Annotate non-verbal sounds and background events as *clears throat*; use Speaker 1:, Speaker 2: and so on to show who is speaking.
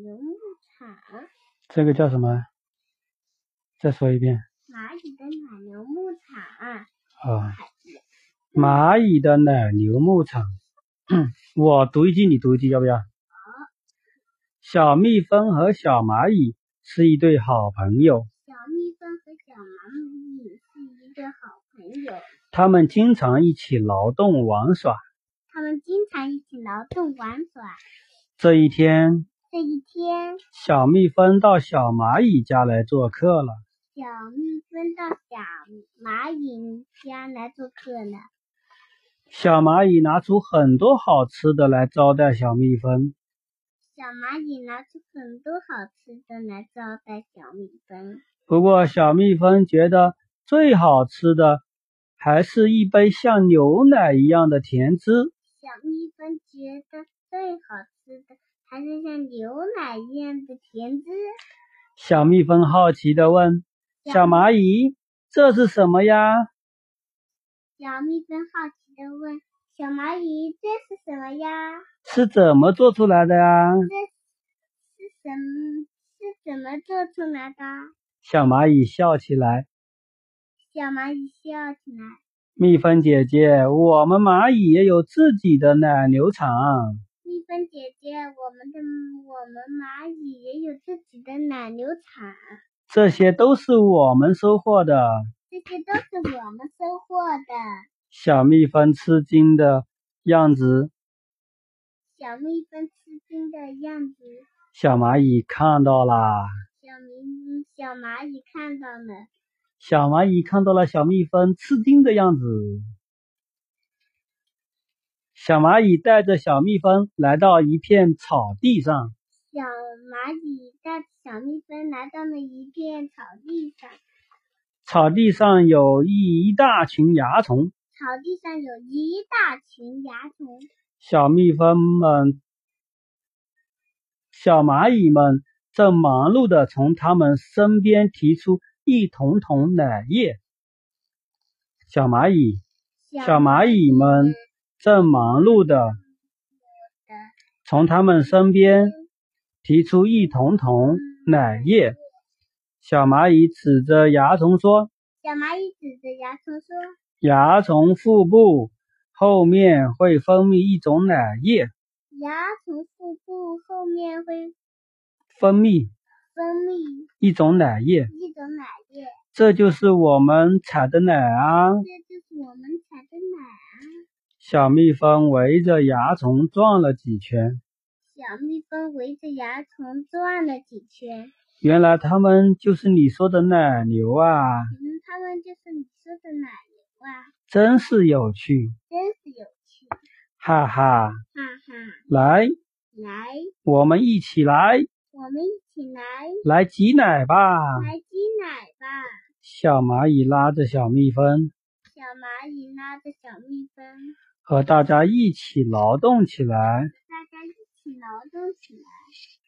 Speaker 1: 牛牧场，
Speaker 2: 这个叫什么？再说一遍
Speaker 1: 蚂蚁的奶牛牧场，
Speaker 2: 啊！蚂蚁的奶牛牧场， *clears throat* 我读一句，你读一句，要不要？小蜜蜂和小蚂蚁是一对好朋友，
Speaker 1: 小蜜蜂和小蚂蚁是一对好朋友，
Speaker 2: 它们经常一起劳动玩耍。
Speaker 1: 它们经常一起劳动玩耍。
Speaker 2: 这一天，
Speaker 1: 这一天，
Speaker 2: 小蜜蜂到小蚂蚁家来做客了。
Speaker 1: 小蜜蜂到小蚂蚁家来做客了。
Speaker 2: 小蚂蚁拿出很多好吃的来招待小蜜蜂。
Speaker 1: 小蚂蚁拿出很多好吃的来招待小蜜蜂。
Speaker 2: 不过，小蜜蜂觉得最好吃的还是一杯像牛奶一样的甜汁。
Speaker 1: 小蜜蜂觉得最好吃的还是像牛奶一样的甜汁。
Speaker 2: 小蜜蜂好奇地问：“小蚂蚁，这是什么呀
Speaker 1: 小蜜蜂好奇地问：“小蚂蚁，这是什么呀？”
Speaker 2: 是怎么做出来的呀？
Speaker 1: 是什么？是怎么做出来的？
Speaker 2: 小蚂蚁笑起来。
Speaker 1: 小蚂蚁笑起来。
Speaker 2: 蜜蜂姐姐，我们蚂蚁也有自己的奶牛场。
Speaker 1: 蜜蜂姐姐，我们的我们蚂蚁也有自己的奶牛场，
Speaker 2: 这些都是我们收获的。
Speaker 1: 这些都是我们收获的。
Speaker 2: 小蜜蜂吃惊的样子，
Speaker 1: 小蜜蜂吃惊的样子，
Speaker 2: 小蚂蚁看到啦。
Speaker 1: 小明小蚂蚁看到了。
Speaker 2: 小蚂蚁看到了小蜜蜂吃惊的样子。小蚂蚁带着小蜜蜂来到一片草地上，
Speaker 1: 小蚂蚁带着小蜜蜂来到了一片草地上，
Speaker 2: 草地上有一大群蚜虫，
Speaker 1: 草地上有一大群蚜虫，
Speaker 2: 小蜜蜂们、小蚂蚁们正忙碌地从它们身边提出一桶桶奶液。小蚂蚁、小蚂蚁们正忙碌地从它们身边
Speaker 1: 嗯
Speaker 2: 提出一桶桶奶液。小蚂蚁指着蚜虫说
Speaker 1: 小蚂蚁指着蚜虫说：“：“
Speaker 2: 蚜虫腹部后面会分泌一种奶液，
Speaker 1: 蚜虫腹部后面会
Speaker 2: 分泌
Speaker 1: 分泌
Speaker 2: 一种奶液。”
Speaker 1: 一种奶液，
Speaker 2: 这就是我们采的奶啊！
Speaker 1: 这就是我们采的奶。小蜜蜂围着蚜虫转了几圈，
Speaker 2: 原来它们就是你说的奶牛啊！
Speaker 1: 嗯，它们就是你说的奶牛啊，
Speaker 2: 真是有趣，
Speaker 1: 真是有趣，
Speaker 2: 哈哈！
Speaker 1: 哈哈！
Speaker 2: 来，
Speaker 1: 来，
Speaker 2: 我们一起来，
Speaker 1: 我们一起来
Speaker 2: 来挤奶吧！
Speaker 1: 来挤奶吧。
Speaker 2: 小蚂蚁拉着小蜜蜂，
Speaker 1: 小蚂蚁拉着小蜜蜂，
Speaker 2: 和大家一起劳动起来。
Speaker 1: 大家一起劳动起来。